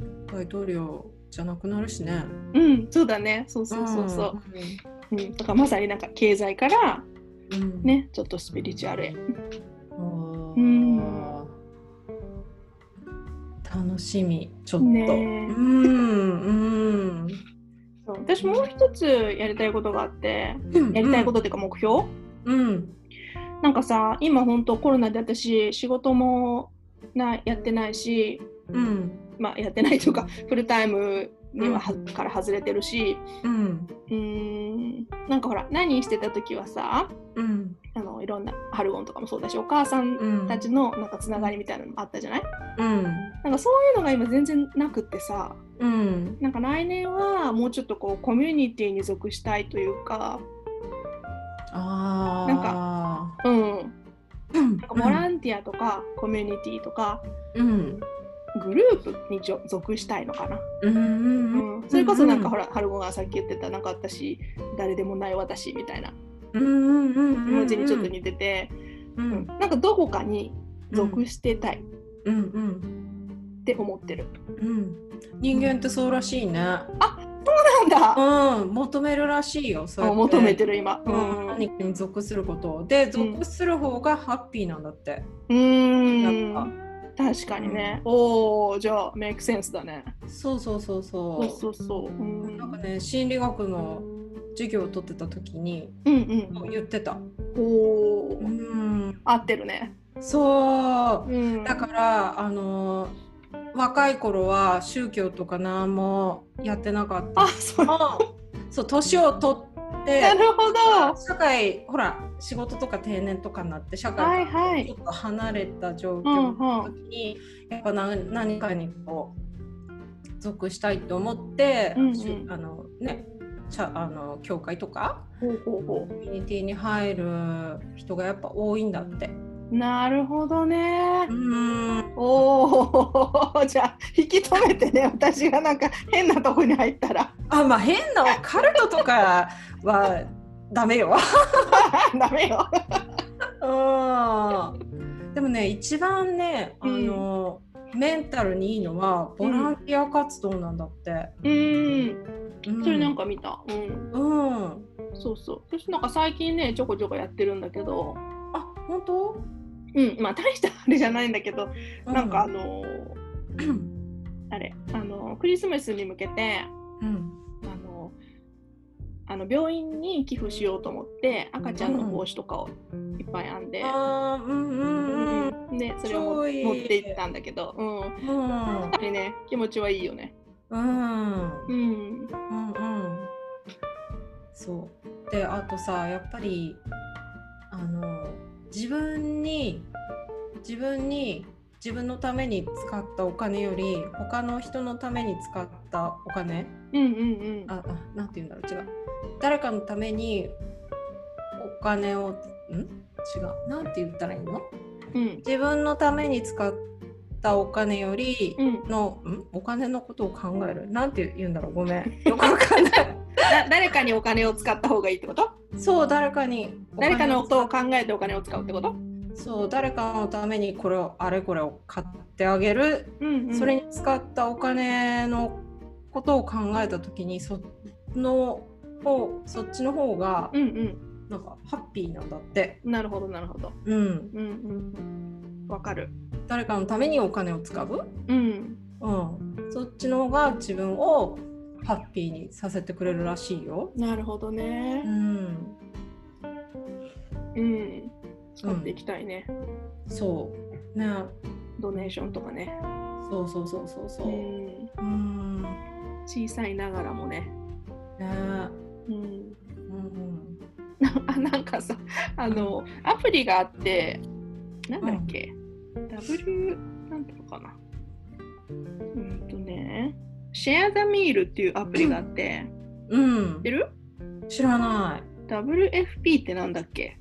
[SPEAKER 2] え大統領じゃなくなるしね。
[SPEAKER 1] うんそうだねそうそうそうそう、うんだからまさになんか経済から
[SPEAKER 2] うん。うん。
[SPEAKER 1] ねちょっとスピリチュアルへ
[SPEAKER 2] おー
[SPEAKER 1] うん
[SPEAKER 2] 楽しみちょっと。
[SPEAKER 1] ねえ
[SPEAKER 2] うんうん。。
[SPEAKER 1] そう私もう一つやりたいことがあってやりたいこととっていうか目標、
[SPEAKER 2] うん。
[SPEAKER 1] なんかさ今本当コロナで私仕事もなやってないし
[SPEAKER 2] うん。
[SPEAKER 1] まあやってないというかフルタイムにはは
[SPEAKER 2] うん
[SPEAKER 1] から外れてるし
[SPEAKER 2] うん。
[SPEAKER 1] うーんなんかほら何してた時はさ
[SPEAKER 2] うん。
[SPEAKER 1] あのいろんなハルゴンとかもそうだしお母さん
[SPEAKER 2] うん。
[SPEAKER 1] たちのなんかつながりみたいなのもあったじゃない
[SPEAKER 2] うん。
[SPEAKER 1] なんかそういうのが今全然なくってさ
[SPEAKER 2] うん。
[SPEAKER 1] なんか来年はもうちょっとこうコミュニティに属したいというか
[SPEAKER 2] ああ。
[SPEAKER 1] なんうん
[SPEAKER 2] うん。
[SPEAKER 1] なんかボランティアとかコミュニティとか
[SPEAKER 2] うん。
[SPEAKER 1] グループにじょ属したいのかな
[SPEAKER 2] うん。うん。
[SPEAKER 1] うんそれこそなんかほら、ハルゴがさっき言ってたなんか私誰でもない私みたいな
[SPEAKER 2] うん。うん。うん。
[SPEAKER 1] 気持ちにちょっと似てて、
[SPEAKER 2] う。
[SPEAKER 1] うんんなんかどこかに属してたい
[SPEAKER 2] うん。うん。
[SPEAKER 1] って思ってる。
[SPEAKER 2] うん。人間ってそうらしいね。
[SPEAKER 1] なんだ、
[SPEAKER 2] うん。求めるらしいよ。そうや
[SPEAKER 1] も
[SPEAKER 2] っ
[SPEAKER 1] う
[SPEAKER 2] て
[SPEAKER 1] 求めてる今。う
[SPEAKER 2] うん、
[SPEAKER 1] ん、
[SPEAKER 2] 何かに属することをで
[SPEAKER 1] うん
[SPEAKER 2] 属する方がハッピーなんだって、
[SPEAKER 1] うーん
[SPEAKER 2] なん
[SPEAKER 1] 確かにね。おおじゃあメイクセンスだね。
[SPEAKER 2] そうそうそうそ
[SPEAKER 1] そううそうそう。うん
[SPEAKER 2] なんかね心理学の授業を取ってた時に
[SPEAKER 1] うん
[SPEAKER 2] 言ってた、
[SPEAKER 1] うん。おお
[SPEAKER 2] ん、
[SPEAKER 1] 合ってるね。
[SPEAKER 2] そう
[SPEAKER 1] うん
[SPEAKER 2] だからあの若い頃は宗教とか何もやってなかった
[SPEAKER 1] あそう
[SPEAKER 2] うんそう年を取って
[SPEAKER 1] なるほど。
[SPEAKER 2] 社会ほら仕事とか定年とかになって社会
[SPEAKER 1] はいは
[SPEAKER 2] ちょ
[SPEAKER 1] い。
[SPEAKER 2] っと離れた状況の時に、やっぱ何何かにこう属したいと思って、
[SPEAKER 1] うんうん
[SPEAKER 2] しあのねちゃあの教会とか
[SPEAKER 1] ほうほうほ
[SPEAKER 2] コミュニティに入る人がやっぱ多いんだって。
[SPEAKER 1] う。なるほどね。
[SPEAKER 2] うん
[SPEAKER 1] おお、 じゃあ引き止めてね、私がなんか変なとこに入ったら
[SPEAKER 2] あまあ変なオカルトとかはダ メよ。
[SPEAKER 1] ダメよ。
[SPEAKER 2] うんでもね一番ねあの、メンタルにいいのはボランティア活動なんだって。
[SPEAKER 1] うん、
[SPEAKER 2] うん
[SPEAKER 1] それなんか見た。うん、
[SPEAKER 2] うん
[SPEAKER 1] そうそう。私なんか最近ね、ちょこちょこやってるんだけど、
[SPEAKER 2] あ本当
[SPEAKER 1] うん、まあ大したあれじゃないんだけど、なんかあのー
[SPEAKER 2] うん
[SPEAKER 1] あれ、あのークリスマスに向けて、
[SPEAKER 2] うん
[SPEAKER 1] あのーあの病院に寄付しようと思って赤ちゃんの帽子とかをいっぱい編んで、
[SPEAKER 2] あーうんうんうん
[SPEAKER 1] でそれを持
[SPEAKER 2] 超いい
[SPEAKER 1] 持って行ったんだけど、うん、や
[SPEAKER 2] うん
[SPEAKER 1] っぱりね気持ちはいいよね。
[SPEAKER 2] うん
[SPEAKER 1] うん
[SPEAKER 2] うんうんそうであとさやっぱりあの自分に自分に自分のために使ったお金より他の人のために使ったお金
[SPEAKER 1] うんうんうん。
[SPEAKER 2] ああなんて言うんだろう違う誰かのためにお金をん違うなんて言ったらいいの
[SPEAKER 1] うん
[SPEAKER 2] 自分のために使ったお金より
[SPEAKER 1] うん。
[SPEAKER 2] の、ん、お金のことを考えるなんて言うんだろうごめんよくわか んない
[SPEAKER 1] だ誰かにお金を使った方がいいってこと？
[SPEAKER 2] そう誰かに
[SPEAKER 1] 誰かの
[SPEAKER 2] お
[SPEAKER 1] こと
[SPEAKER 2] 金を
[SPEAKER 1] を考えてお金を使うってこと？
[SPEAKER 2] そう誰かのためにこれをあれこれを買ってあげる、
[SPEAKER 1] うん
[SPEAKER 2] それに使ったお金のことを考えた時にその方そっちの方が
[SPEAKER 1] うん
[SPEAKER 2] なんかハッピーなんだって、
[SPEAKER 1] うん。なるほどなるほど。
[SPEAKER 2] うん、
[SPEAKER 1] うんうんうん。わかる。
[SPEAKER 2] 誰かのためにお金を使う
[SPEAKER 1] うん。
[SPEAKER 2] うん、そっちの方が自分をハッピーにさせてくれるらしいよ。
[SPEAKER 1] なるほど
[SPEAKER 2] う
[SPEAKER 1] ね。
[SPEAKER 2] ん、
[SPEAKER 1] うん。使っていきたいね。
[SPEAKER 2] そう、ね、
[SPEAKER 1] ドネーションとかね。
[SPEAKER 2] そうそうそうそうそうう。
[SPEAKER 1] ん。
[SPEAKER 2] うん、ね、
[SPEAKER 1] 小さいながらもね。うん。
[SPEAKER 2] うん、
[SPEAKER 1] あなんかさあのアプリがあってなんだっけ、W なんていうのかなうんとねシェア・ザ・ミールっていうアプリがあって
[SPEAKER 2] うん
[SPEAKER 1] 知って、る
[SPEAKER 2] 知らな
[SPEAKER 1] ?WFP ってなんだっけ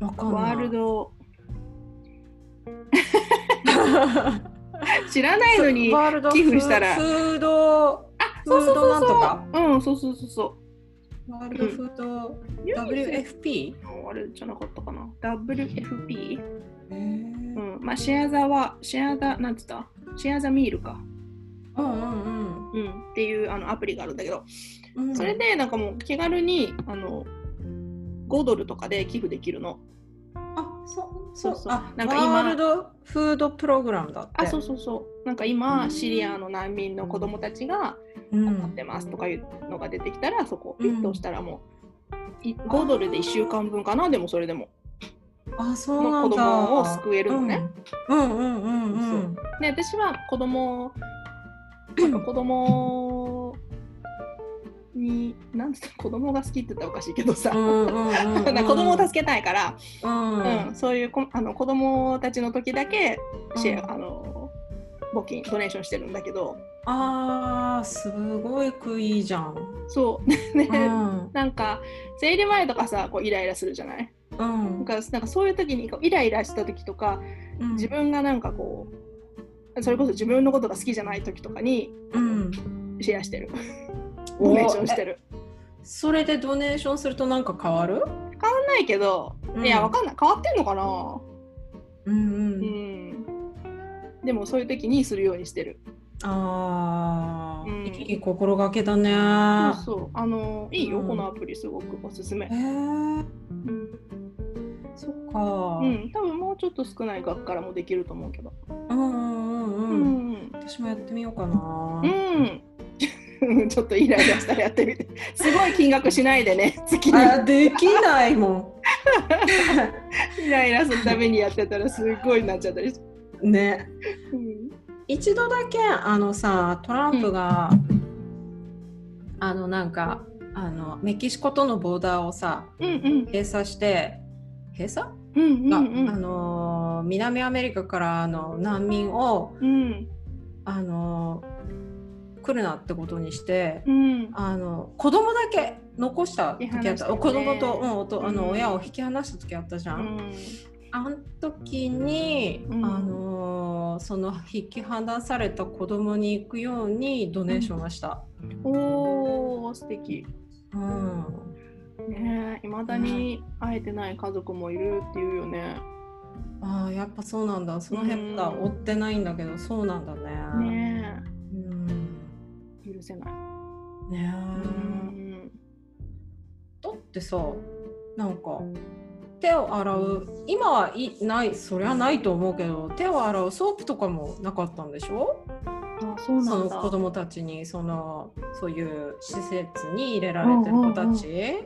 [SPEAKER 2] い。わかんない。
[SPEAKER 1] ワー ルド知らないのに
[SPEAKER 2] ワールド
[SPEAKER 1] 寄付したら
[SPEAKER 2] フード、
[SPEAKER 1] あ
[SPEAKER 2] フ
[SPEAKER 1] そうそ
[SPEAKER 2] ー
[SPEAKER 1] う
[SPEAKER 2] ド
[SPEAKER 1] そ
[SPEAKER 2] なん
[SPEAKER 1] う
[SPEAKER 2] と
[SPEAKER 1] そう
[SPEAKER 2] か。
[SPEAKER 1] うんそうそうそうそ
[SPEAKER 2] ワールドフード、
[SPEAKER 1] うユニセフ
[SPEAKER 2] WFP。
[SPEAKER 1] のあれじゃなかったかな WFP?
[SPEAKER 2] へ
[SPEAKER 1] うん
[SPEAKER 2] ー
[SPEAKER 1] まあシェア・ザはシェア・ザなんつったシェア・ザ・ミールか
[SPEAKER 2] うんうんうん
[SPEAKER 1] うん、っていうあのアプリがあるんだけど、
[SPEAKER 2] うん
[SPEAKER 1] それでなんかもう気軽にあの5ドルとかで寄付できるの。
[SPEAKER 2] あそう
[SPEAKER 1] そうそう
[SPEAKER 2] あ
[SPEAKER 1] な
[SPEAKER 2] なんん
[SPEAKER 1] か
[SPEAKER 2] か
[SPEAKER 1] 今
[SPEAKER 2] ワールドフードプログラムだって
[SPEAKER 1] あそうそうそうなんか今、
[SPEAKER 2] うん
[SPEAKER 1] シリアの難民の子供たちが
[SPEAKER 2] うん、
[SPEAKER 1] 困ってますとかいうのが出てきたらそこ
[SPEAKER 2] うん
[SPEAKER 1] ピッと押したらもうい5ドルで1週間分かなでもそれでも
[SPEAKER 2] あそうな
[SPEAKER 1] の
[SPEAKER 2] ん
[SPEAKER 1] 子
[SPEAKER 2] だ
[SPEAKER 1] 供を救えるのね。
[SPEAKER 2] うんうんうんうんうん
[SPEAKER 1] で私は子供をなんか子供になんつった子供が好きって言ったらおかしいけどさ、
[SPEAKER 2] うんうんうんう ん
[SPEAKER 1] なんか子供を助けたいから、
[SPEAKER 2] うん
[SPEAKER 1] うん、そういうこあの子供たちの時だけシェア、あの募金ドネーションしてるんだけど
[SPEAKER 2] あーすごい食いじゃん。
[SPEAKER 1] そう ね、
[SPEAKER 2] うん
[SPEAKER 1] なんか生理前とかさこうイライラするじゃない
[SPEAKER 2] うん
[SPEAKER 1] なんかなんかそういう時にこうイライラした時とか
[SPEAKER 2] うん
[SPEAKER 1] 自分がなんかこうそれこそ自分のことが好きじゃない時とかに
[SPEAKER 2] うん
[SPEAKER 1] シェアしてる
[SPEAKER 2] お
[SPEAKER 1] ドネーションしてる
[SPEAKER 2] それでドネーションするとなんか変わる、
[SPEAKER 1] ないけど、いやわかんない変わってんのかな
[SPEAKER 2] う
[SPEAKER 1] う
[SPEAKER 2] んうんうん、
[SPEAKER 1] んでもそういう時にするようにしてる
[SPEAKER 2] ああ、
[SPEAKER 1] うん
[SPEAKER 2] いい心がけだね。
[SPEAKER 1] そうそうあのいいよ、
[SPEAKER 2] うん
[SPEAKER 1] このアプリすごくおすすめ
[SPEAKER 2] へえそっか、
[SPEAKER 1] う
[SPEAKER 2] うん、
[SPEAKER 1] ん、多分もうちょっと少ない額からもできると思うけど。
[SPEAKER 2] うんうん
[SPEAKER 1] う
[SPEAKER 2] うん、
[SPEAKER 1] ん。
[SPEAKER 2] 私もやってみようかな。
[SPEAKER 1] うん。 ちょっとイライラしたらやってみて。すごい金額しないで ね。月に
[SPEAKER 2] あできないも
[SPEAKER 1] イライラするためにやってたらすごいなっちゃったりする。
[SPEAKER 2] ん。ね。
[SPEAKER 1] うん
[SPEAKER 2] 一度だけあのさトランプが、あのなんかあのメキシコとのボーダーをさ
[SPEAKER 1] うん
[SPEAKER 2] 閉鎖して閉鎖
[SPEAKER 1] うんうん
[SPEAKER 2] が、
[SPEAKER 1] うん
[SPEAKER 2] あの南アメリカからあの難民を
[SPEAKER 1] うん
[SPEAKER 2] あの来るなってことにして、
[SPEAKER 1] うん
[SPEAKER 2] あの子供だけ残した時あった
[SPEAKER 1] 引き離したね
[SPEAKER 2] 子供と,、うんおとあ
[SPEAKER 1] うん
[SPEAKER 2] の親を引き離した時あったじゃん。あの時に、
[SPEAKER 1] うん
[SPEAKER 2] あのその引き離された子供に行くようにドネーションはした。
[SPEAKER 1] うん。おー素敵。
[SPEAKER 2] うん
[SPEAKER 1] ねえ、いまだに会えてない家族もいるっていうよね。
[SPEAKER 2] ああやっぱそうなんだその辺まだ
[SPEAKER 1] うん
[SPEAKER 2] 追ってないんだけど、そうなんだね。
[SPEAKER 1] ね
[SPEAKER 2] うん
[SPEAKER 1] え、許せない。
[SPEAKER 2] ね
[SPEAKER 1] う
[SPEAKER 2] え
[SPEAKER 1] ん。
[SPEAKER 2] だってさなんか手を洗う今はいないそりゃないと思うけど手を洗うソープとかもなかったんでしょ
[SPEAKER 1] あ、そうな
[SPEAKER 2] そ
[SPEAKER 1] ん
[SPEAKER 2] の
[SPEAKER 1] だ。
[SPEAKER 2] 子供たちにそのそういう施設に入れられてる子たち、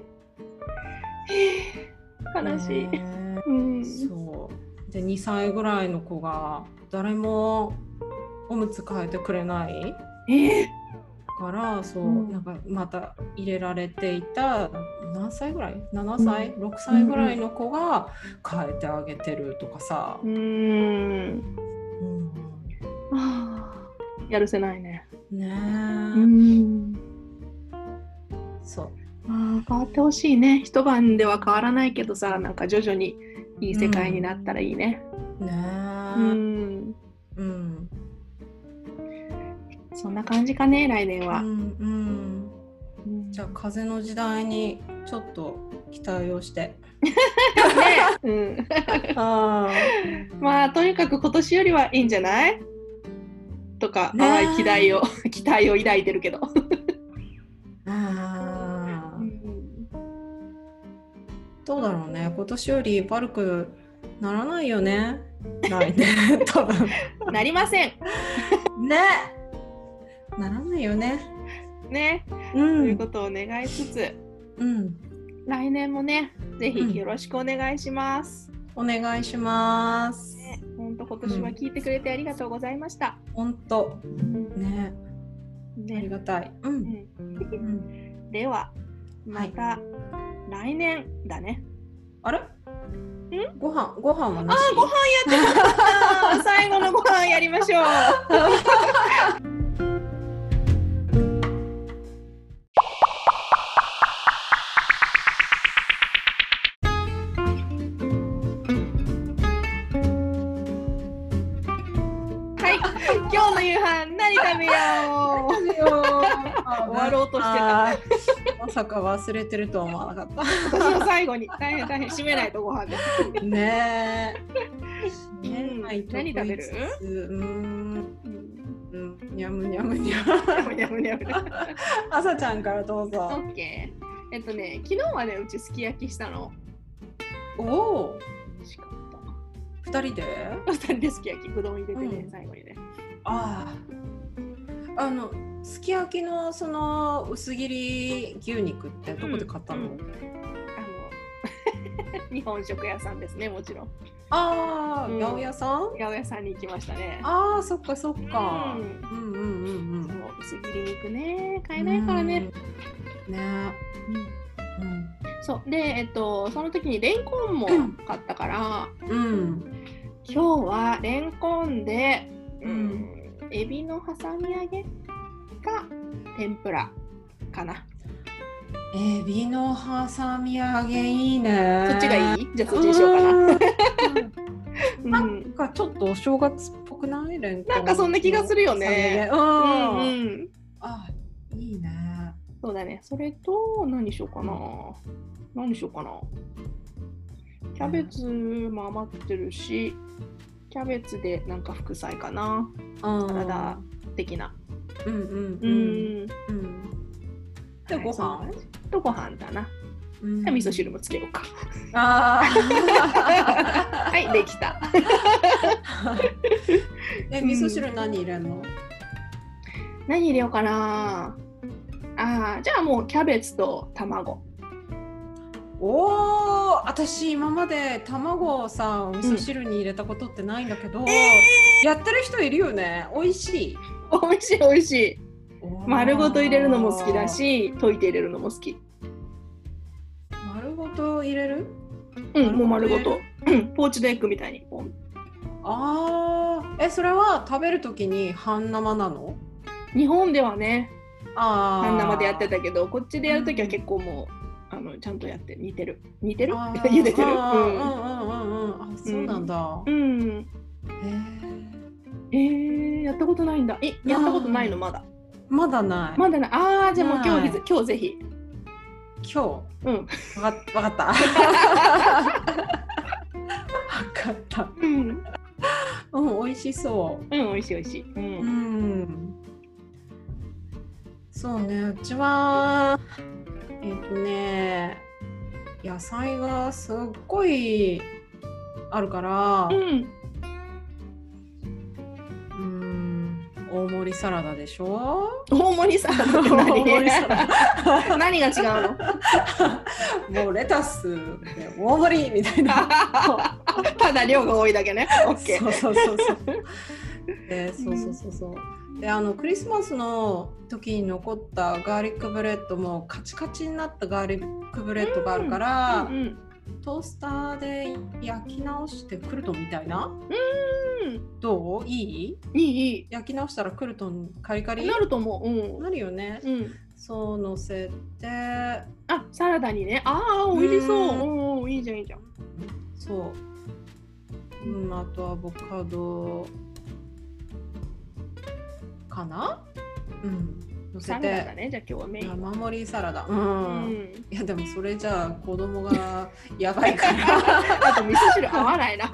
[SPEAKER 1] 悲しい。
[SPEAKER 2] ね
[SPEAKER 1] うん。
[SPEAKER 2] そうで2歳ぐらいの子が誰もおむつ替えてくれない
[SPEAKER 1] え
[SPEAKER 2] からそう、
[SPEAKER 1] うん
[SPEAKER 2] なんかまた入れられていた何歳ぐらい7歳、6歳ぐらいの子が変えてあげてるとかさ、
[SPEAKER 1] うーん。
[SPEAKER 2] うん
[SPEAKER 1] はあやるせないね。
[SPEAKER 2] ねえ、
[SPEAKER 1] ん。
[SPEAKER 2] そう
[SPEAKER 1] ああ、変わってほしいね。一晩では変わらないけどさ、なんか徐々にいい世界になったらいいね。
[SPEAKER 2] ね
[SPEAKER 1] う
[SPEAKER 2] え、
[SPEAKER 1] ん。
[SPEAKER 2] うん
[SPEAKER 1] そんな感じかね、来年
[SPEAKER 2] う
[SPEAKER 1] は。
[SPEAKER 2] んうん
[SPEAKER 1] うん
[SPEAKER 2] じゃあ風の時代にちょっと期待をして。
[SPEAKER 1] うん。
[SPEAKER 2] あ
[SPEAKER 1] まあ、とにかく今年よりはいいんじゃないとか、
[SPEAKER 2] ね
[SPEAKER 1] 淡い期待を、 期待を抱いてるけど。
[SPEAKER 2] あーどうだろうね今年より悪くならないよね来年 多分
[SPEAKER 1] なりません。
[SPEAKER 2] ねならないよね
[SPEAKER 1] ね。
[SPEAKER 2] う
[SPEAKER 1] と
[SPEAKER 2] ん
[SPEAKER 1] いうことを願いつつ、
[SPEAKER 2] うん
[SPEAKER 1] 来年もね、ぜ
[SPEAKER 2] うん
[SPEAKER 1] ひよろしくお願いします。
[SPEAKER 2] お願いします
[SPEAKER 1] 本当今年は聞いてくれてありがとうございました。
[SPEAKER 2] 本当ねあり
[SPEAKER 1] ね
[SPEAKER 2] がたいうん、う
[SPEAKER 1] うん
[SPEAKER 2] ん、
[SPEAKER 1] ではまた来年だね。
[SPEAKER 2] あれんご飯ご飯はなし
[SPEAKER 1] あご飯やってた。最後のご飯やりましょう。はい、今日の夕飯何食べよう。
[SPEAKER 2] 食べよ うあ
[SPEAKER 1] 終わろうとしてた
[SPEAKER 2] あーまさか忘れてるとは思わなかっ
[SPEAKER 1] 私の最後に大変大 変締めないとご飯です。
[SPEAKER 2] たねえ、
[SPEAKER 1] うん
[SPEAKER 2] ねえ
[SPEAKER 1] 何食べる
[SPEAKER 2] うーんうんにゃむにゃむにゃ。
[SPEAKER 1] にゃむにゃむにゃむにゃ
[SPEAKER 2] 朝ちゃんからどう
[SPEAKER 1] オ
[SPEAKER 2] ぞ。
[SPEAKER 1] ッケー。えっとね、昨日はね、うちすき焼きしたの。
[SPEAKER 2] おおー、
[SPEAKER 1] 美味しかった。
[SPEAKER 2] 二人で。
[SPEAKER 1] 二人ですき焼き、うどん入れてね、
[SPEAKER 2] うん
[SPEAKER 1] 最後にね。
[SPEAKER 2] ああ。あの、すき焼きのその薄切り牛肉ってどこで買ったの。
[SPEAKER 1] うんあの 日本食屋さんですね、もちろん。
[SPEAKER 2] ああ、
[SPEAKER 1] うん
[SPEAKER 2] 八百屋さん。
[SPEAKER 1] 八百屋さんに行きましたね。
[SPEAKER 2] ああ、そっか、そっか。
[SPEAKER 1] うん
[SPEAKER 2] うん、うん、うん、う
[SPEAKER 1] そ
[SPEAKER 2] ん。
[SPEAKER 1] う薄切り肉ね、買えないからね。
[SPEAKER 2] うん。ね。うん。
[SPEAKER 1] そうで、えっと、その時にレンコンも買ったから、
[SPEAKER 2] うん。
[SPEAKER 1] 今日はレンコンで、う、
[SPEAKER 2] うん
[SPEAKER 1] エビの挟み揚げか天ぷらかな。
[SPEAKER 2] エビの挟み揚げいいね。
[SPEAKER 1] そっちがい
[SPEAKER 2] い。
[SPEAKER 1] いじゃあそっちにしようかな。
[SPEAKER 2] うん。
[SPEAKER 1] うん、
[SPEAKER 2] なんかちょっとお正月っぽくないレンコン
[SPEAKER 1] なんかそんな気がするよね
[SPEAKER 2] う、
[SPEAKER 1] うんん、
[SPEAKER 2] う、
[SPEAKER 1] うんん、
[SPEAKER 2] あいいね
[SPEAKER 1] そうだね。それと、何にしようかな。何にしようかな。キャベツも余ってるし、キャベツでなんか副菜かな、サラダ的な。
[SPEAKER 2] うんうん
[SPEAKER 1] う
[SPEAKER 2] うん
[SPEAKER 1] ん。
[SPEAKER 2] うんで
[SPEAKER 1] は
[SPEAKER 2] ご飯、
[SPEAKER 1] いそんな感じとご飯だな。
[SPEAKER 2] うん
[SPEAKER 1] じゃあ味噌汁もつけようか。
[SPEAKER 2] あ
[SPEAKER 1] はい、できた。
[SPEAKER 2] ーえ味噌汁何入れんの
[SPEAKER 1] 何入れようかな。ああ、じゃあもうキャベツと卵。
[SPEAKER 2] おー私今まで卵をさお味噌汁に入れたことってないんだけど、やってる人いるよね美味しい
[SPEAKER 1] 美味しい美味しい。丸ごと入れるのも好きだし、溶いて入れるのも好き。
[SPEAKER 2] 丸ごと入れる
[SPEAKER 1] うん、もう丸ご
[SPEAKER 2] 丸ご
[SPEAKER 1] と
[SPEAKER 2] と。
[SPEAKER 1] うん、ポーチドエッグみたいにポン。
[SPEAKER 2] ああえそれは食べるときに半生なの
[SPEAKER 1] 日本ではね、
[SPEAKER 2] ああ
[SPEAKER 1] 半生でやってたけど、こっちでやるときは結構もう、あのちゃんとやって、似てる。似てる
[SPEAKER 2] あー
[SPEAKER 1] 茹でてる。う
[SPEAKER 2] あーう
[SPEAKER 1] ん。
[SPEAKER 2] んうんうんうんあそうなんだ、
[SPEAKER 1] うん、
[SPEAKER 2] へ
[SPEAKER 1] えー、やったことないんだ。え、やったことないのまだ。
[SPEAKER 2] えまだない、
[SPEAKER 1] まだない。ああ、じゃあもう今日ひ
[SPEAKER 2] ない
[SPEAKER 1] ず、今日ぜひ。
[SPEAKER 2] 今
[SPEAKER 1] うん。
[SPEAKER 2] 日わかわかったわかった
[SPEAKER 1] うん、
[SPEAKER 2] うん美味しそう
[SPEAKER 1] うん、美味しい美味しい。う。
[SPEAKER 2] うんんそうねうちはえっ、とね野菜がすっごいあるから、
[SPEAKER 1] うん。
[SPEAKER 2] うーん大盛りサラダでしょ
[SPEAKER 1] 大盛りサラダって何
[SPEAKER 2] 大盛りサラ
[SPEAKER 1] 何が違うの
[SPEAKER 2] もうレタスで大盛りみたいな。
[SPEAKER 1] ただ量が多いだけね。オッケ
[SPEAKER 2] そ
[SPEAKER 1] ー。
[SPEAKER 2] うそうそうそう。でそうそうそうそう。であのクリスマスの時に残ったガーリックブレッドもカチカチになったガーリックブレッドがあるから、
[SPEAKER 1] うんうん
[SPEAKER 2] トースターで焼き直してクルトンみたいな
[SPEAKER 1] うん
[SPEAKER 2] どういい
[SPEAKER 1] いいい
[SPEAKER 2] 焼き直したらクルトンカリカ
[SPEAKER 1] い。
[SPEAKER 2] リ
[SPEAKER 1] なると思う。うん
[SPEAKER 2] な。るよね、
[SPEAKER 1] うん。
[SPEAKER 2] そうのせて
[SPEAKER 1] あ、サラダにね。ああ、美味しそう。
[SPEAKER 2] うん
[SPEAKER 1] うんうん、いいじゃんいいじゃん。
[SPEAKER 2] そう。うん、あとアボカドかなうん。乗せ
[SPEAKER 1] サラダだ
[SPEAKER 2] て、
[SPEAKER 1] ね。じゃあ今日はメイン。
[SPEAKER 2] 山盛りサラダ。う。
[SPEAKER 1] うんん。
[SPEAKER 2] いやでもそれじゃあ子供 がやばいから。
[SPEAKER 1] あと味噌汁合わないな。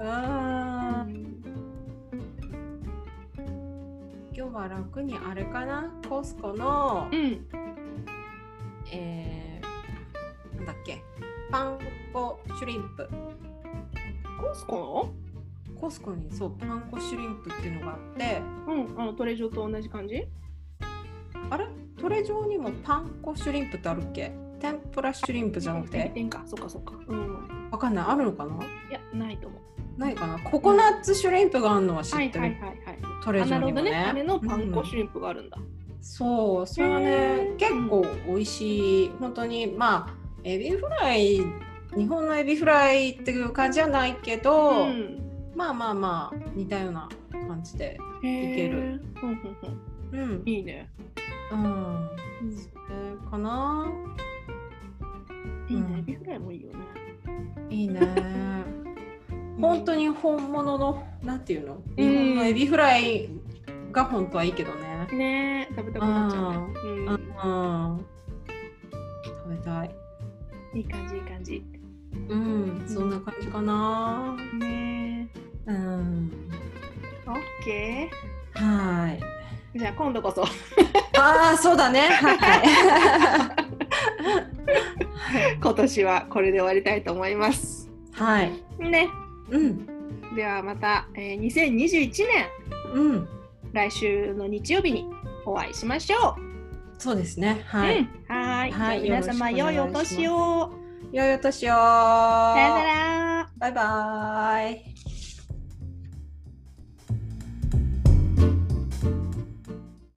[SPEAKER 2] うん。
[SPEAKER 1] うん
[SPEAKER 2] 今日は楽にあれかなコスコの、
[SPEAKER 1] うん。
[SPEAKER 2] えー、なんだっけパン粉シュリンプ。
[SPEAKER 1] コスコ
[SPEAKER 2] コスコにそうパン粉シュリンプっていうのがあって、
[SPEAKER 1] の？うん。あのトレジョと同じ感じ？
[SPEAKER 2] あれトレジョにもパン粉シュリンプってあるっけ天ぷらシュリンプじゃなくて
[SPEAKER 1] 点か。そっかそっか。うん。
[SPEAKER 2] わかんないあるのかない
[SPEAKER 1] やないと思う。
[SPEAKER 2] ないかなココナッツシュリンプがあるのは知っ
[SPEAKER 1] はい
[SPEAKER 2] てる、
[SPEAKER 1] はいはいはい。
[SPEAKER 2] トレ
[SPEAKER 1] あ
[SPEAKER 2] ジョ
[SPEAKER 1] なる
[SPEAKER 2] に
[SPEAKER 1] ほど
[SPEAKER 2] もね
[SPEAKER 1] ね。あれのパン粉
[SPEAKER 2] うん
[SPEAKER 1] シュリンプがあるんだ。
[SPEAKER 2] そうそれは
[SPEAKER 1] へ
[SPEAKER 2] ね
[SPEAKER 1] ー
[SPEAKER 2] 結構美味しい本当にまあエビフライ日本のエビフライっていう感じじゃないけど、
[SPEAKER 1] ん。
[SPEAKER 2] まあまあまあ似たような感じで
[SPEAKER 1] い
[SPEAKER 2] いける。
[SPEAKER 1] うんうんうん。
[SPEAKER 2] うん、
[SPEAKER 1] いいね。
[SPEAKER 2] うん、それかない
[SPEAKER 1] いね
[SPEAKER 2] う。ん
[SPEAKER 1] エビフライもいいよね。
[SPEAKER 2] いいね。 本当に本物の、なんていうの、
[SPEAKER 1] うん
[SPEAKER 2] 日本のエビフライが本当はいいけどね。
[SPEAKER 1] ねえ食べたくなっちゃうね。
[SPEAKER 2] う
[SPEAKER 1] うん
[SPEAKER 2] ん。食べたい。
[SPEAKER 1] いい感じいい感じ。
[SPEAKER 2] うん、そんな感じかな。
[SPEAKER 1] ねえ。
[SPEAKER 2] うん。
[SPEAKER 1] OK
[SPEAKER 2] はい。
[SPEAKER 1] じゃあ今度こそ
[SPEAKER 2] ああ、そうだね。はい。
[SPEAKER 1] 今年はこれで終わりたいと思います
[SPEAKER 2] はい。
[SPEAKER 1] ね
[SPEAKER 2] うん。
[SPEAKER 1] ではまた、えー2021年
[SPEAKER 2] うん。
[SPEAKER 1] 来週の日曜日にお会いしましょ
[SPEAKER 2] そうですね。
[SPEAKER 1] う、
[SPEAKER 2] はい。
[SPEAKER 1] うん、はーい
[SPEAKER 2] はい
[SPEAKER 1] じゃあ皆様
[SPEAKER 2] よ
[SPEAKER 1] 良
[SPEAKER 2] ろ
[SPEAKER 1] い
[SPEAKER 2] しくお
[SPEAKER 1] お
[SPEAKER 2] 願いします
[SPEAKER 1] 年を
[SPEAKER 2] 良いお年
[SPEAKER 1] さ
[SPEAKER 2] を。
[SPEAKER 1] よなら
[SPEAKER 2] バイバイ。